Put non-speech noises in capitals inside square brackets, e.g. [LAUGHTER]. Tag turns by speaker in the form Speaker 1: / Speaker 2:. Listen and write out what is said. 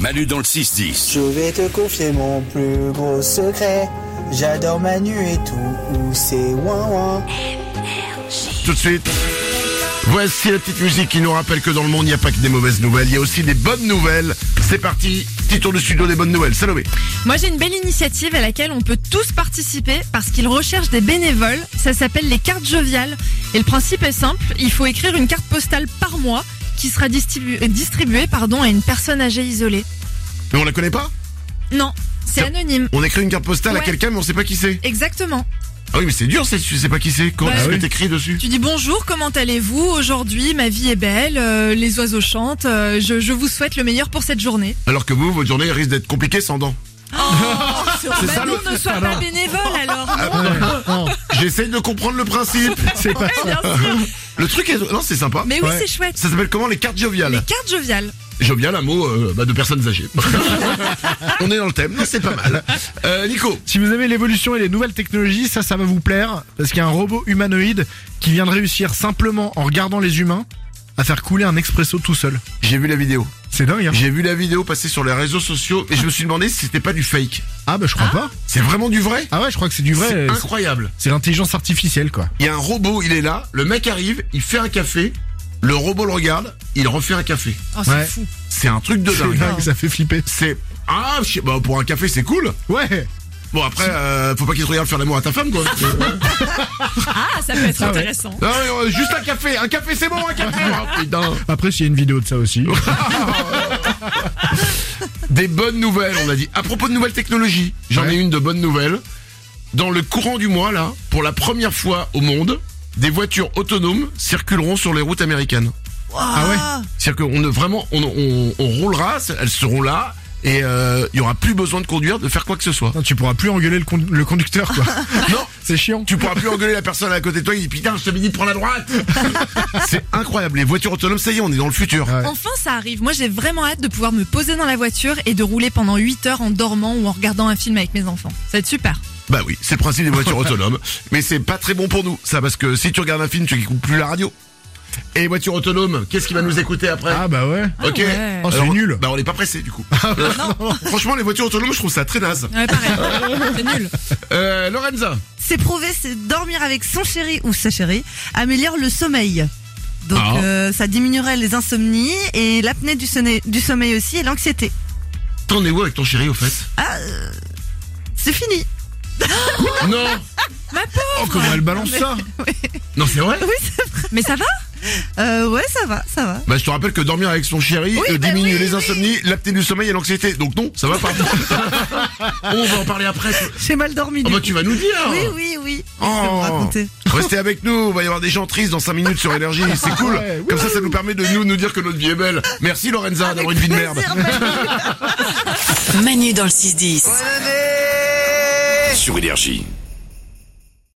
Speaker 1: Manu dans le 6-10.
Speaker 2: Je vais te confier mon plus gros secret. J'adore Manu et tout, où c'est ouin ouin.
Speaker 3: Tout de suite. Voici la petite musique qui nous rappelle que dans le monde, il n'y a pas que des mauvaises nouvelles, il y a aussi des bonnes nouvelles. C'est parti, petit tour de studio des bonnes nouvelles. Salomé.
Speaker 4: Moi, j'ai une belle initiative à laquelle on peut tous participer parce qu'ils recherchent des bénévoles. Ça s'appelle les cartes joviales. Et le principe est simple, il faut écrire une carte postale par mois qui sera distribu- euh, distribuée pardon, à une personne âgée isolée.
Speaker 3: Mais on la connaît pas
Speaker 4: Non, c'est
Speaker 3: Tiens.
Speaker 4: anonyme.
Speaker 3: On écrit une carte postale à
Speaker 4: Ouais.
Speaker 3: quelqu'un, mais on sait pas qui c'est.
Speaker 4: Exactement.
Speaker 3: Ah oui, mais c'est dur, c'est, tu sais pas qui c'est. Quand
Speaker 4: Ouais.
Speaker 3: est-ce
Speaker 4: Ah
Speaker 3: que
Speaker 4: oui.
Speaker 3: t'écris dessus
Speaker 4: Tu dis bonjour, comment allez-vous Aujourd'hui, ma vie est belle, euh, les oiseaux chantent, euh, je, je vous souhaite le meilleur pour cette journée.
Speaker 3: Alors que vous, votre journée risque d'être compliquée sans dents.
Speaker 4: Bah
Speaker 3: ça,
Speaker 4: non,
Speaker 3: le- Ah,
Speaker 4: ne sois pas bénévole alors. Ah non
Speaker 3: [LAUGHS] J'essaye de comprendre le
Speaker 4: [LAUGHS]
Speaker 3: principe. c'est pas
Speaker 4: bien sûr.
Speaker 3: Le truc est. Non, c'est sympa.
Speaker 4: Mais oui,
Speaker 3: Ouais.
Speaker 4: c'est chouette.
Speaker 3: Ça s'appelle comment les cartes joviales
Speaker 4: Les cartes joviales.
Speaker 3: Jovial, un mot euh, bah, de personnes
Speaker 4: [LAUGHS]
Speaker 3: âgées. [LAUGHS] on est dans le thème, non, c'est pas mal. Euh, Nico,
Speaker 5: Si vous aimez l'évolution et les nouvelles technologies, ça, ça va vous plaire. Parce qu'il y a un robot humanoïde qui vient de réussir simplement en regardant les humains à faire couler un expresso tout seul.
Speaker 3: j'ai vu la vidéo.
Speaker 5: C'est dingue, hein
Speaker 3: J'ai vu la vidéo passer sur les réseaux sociaux et je me suis demandé si c'était pas du fake.
Speaker 5: Ah, bah, je crois pas.
Speaker 3: C'est vraiment du vrai
Speaker 5: Ah ouais, je crois que c'est du vrai.
Speaker 3: C'est
Speaker 5: euh,
Speaker 3: incroyable.
Speaker 5: C'est l'intelligence artificielle, quoi.
Speaker 3: Il y a un robot, il est là, le mec arrive, il fait un café, le robot le regarde, il refait un café.
Speaker 4: Oh, c'est
Speaker 5: Ouais.
Speaker 4: fou.
Speaker 3: C'est un truc de
Speaker 5: C'est
Speaker 3: dingue.
Speaker 5: dingue, ça fait flipper.
Speaker 3: C'est ah, je sais- bah, pour un café c'est cool.
Speaker 5: Ouais
Speaker 3: Bon après, euh, faut pas qu'il te regarde faire l'amour à ta femme quoi.
Speaker 4: Ah, ça peut être
Speaker 5: ouais.
Speaker 4: intéressant.
Speaker 3: non, mais, euh, juste un café, un café c'est bon, un café. Oh, putain.
Speaker 5: Après, s'il y a une vidéo de ça aussi.
Speaker 3: Des bonnes nouvelles, on a dit. À propos de nouvelles technologies, j'en
Speaker 5: Ouais.
Speaker 3: ai une de bonnes nouvelles. Dans le courant du mois, là, pour la première fois au monde, des voitures autonomes circuleront sur les routes américaines.
Speaker 5: Ah ouais
Speaker 3: C'est-à-dire qu'on ne- vraiment, on, on- on roulera, elles seront là, et euh, il y aura plus besoin de conduire, de faire quoi que ce
Speaker 5: [LAUGHS]
Speaker 3: soit.
Speaker 5: Putain, Tu pourras plus engueuler le, con- le conducteur,
Speaker 3: [LAUGHS]
Speaker 5: quoi.
Speaker 3: Non,
Speaker 5: C'est chiant.
Speaker 3: tu pourras plus engueuler la personne à côté de toi, il dit putain, je t'avais dit de prendre la droite. C'est incroyable, les voitures autonomes, ça y est, on est dans le futur.
Speaker 5: Ouais.
Speaker 4: Enfin, ça arrive. Moi, j'ai vraiment hâte de pouvoir me poser dans la voiture et de rouler pendant 8 heures en dormant ou en regardant un film avec mes enfants. Ça va être super.
Speaker 3: Bah oui, c'est le principe des voitures [LAUGHS] autonomes. Mais c'est pas très bon pour nous, ça, parce que si tu regardes un film, tu n'écoutes plus la radio. Et les voitures autonomes, qu'est-ce qui va nous écouter après
Speaker 5: Ah bah ouais.
Speaker 3: Ok.
Speaker 4: ouais.
Speaker 5: Oh, c'est
Speaker 3: Alors,
Speaker 5: nul.
Speaker 3: Bah on n'est pas pressé du coup. [LAUGHS] Franchement, les voitures autonomes, je trouve ça très naze.
Speaker 6: [LAUGHS]
Speaker 4: Ouais, pareil. c'est nul.
Speaker 3: Euh, Lorenza,
Speaker 6: C'est prouvé, c'est dormir avec son chéri ou sa chérie améliore le sommeil. Donc
Speaker 3: Ah.
Speaker 6: euh, ça diminuerait les insomnies et l'apnée du, sonne- du sommeil aussi et l'anxiété.
Speaker 3: t'en es où avec ton chéri au fait
Speaker 6: C'est fini.
Speaker 3: Non.
Speaker 5: Oh, comment elle balance
Speaker 6: [LAUGHS]
Speaker 5: ça
Speaker 3: Non, c'est vrai.
Speaker 4: Mais ça va
Speaker 6: Euh, ouais, ça va, ça va.
Speaker 3: Bah je te rappelle que dormir avec son chéri
Speaker 6: Oui,
Speaker 3: euh,
Speaker 6: bah
Speaker 3: diminue
Speaker 6: oui, oui.
Speaker 3: les insomnies, l'apnée du sommeil et l'anxiété. Donc non, ça
Speaker 6: [LAUGHS]
Speaker 3: va pas. [LAUGHS] on va en parler après.
Speaker 6: J'ai mal dormi.
Speaker 3: Oh,
Speaker 5: Ah,
Speaker 6: du
Speaker 3: bah
Speaker 6: coup.
Speaker 3: tu vas nous dire.
Speaker 6: Oui, oui, oui. Je vais vous
Speaker 3: Oh.
Speaker 6: raconter.
Speaker 3: Restez avec nous, il va y avoir des gens tristes dans 5 minutes sur Énergie, c'est cool.
Speaker 5: Ouais,
Speaker 3: Comme ça, ça nous permet de nous, nous dire que notre vie est belle. Merci Lorenza d'avoir une vie de merde.
Speaker 6: Plaisir, Manu.
Speaker 7: Manu dans le 6-10.
Speaker 1: Sur Énergie.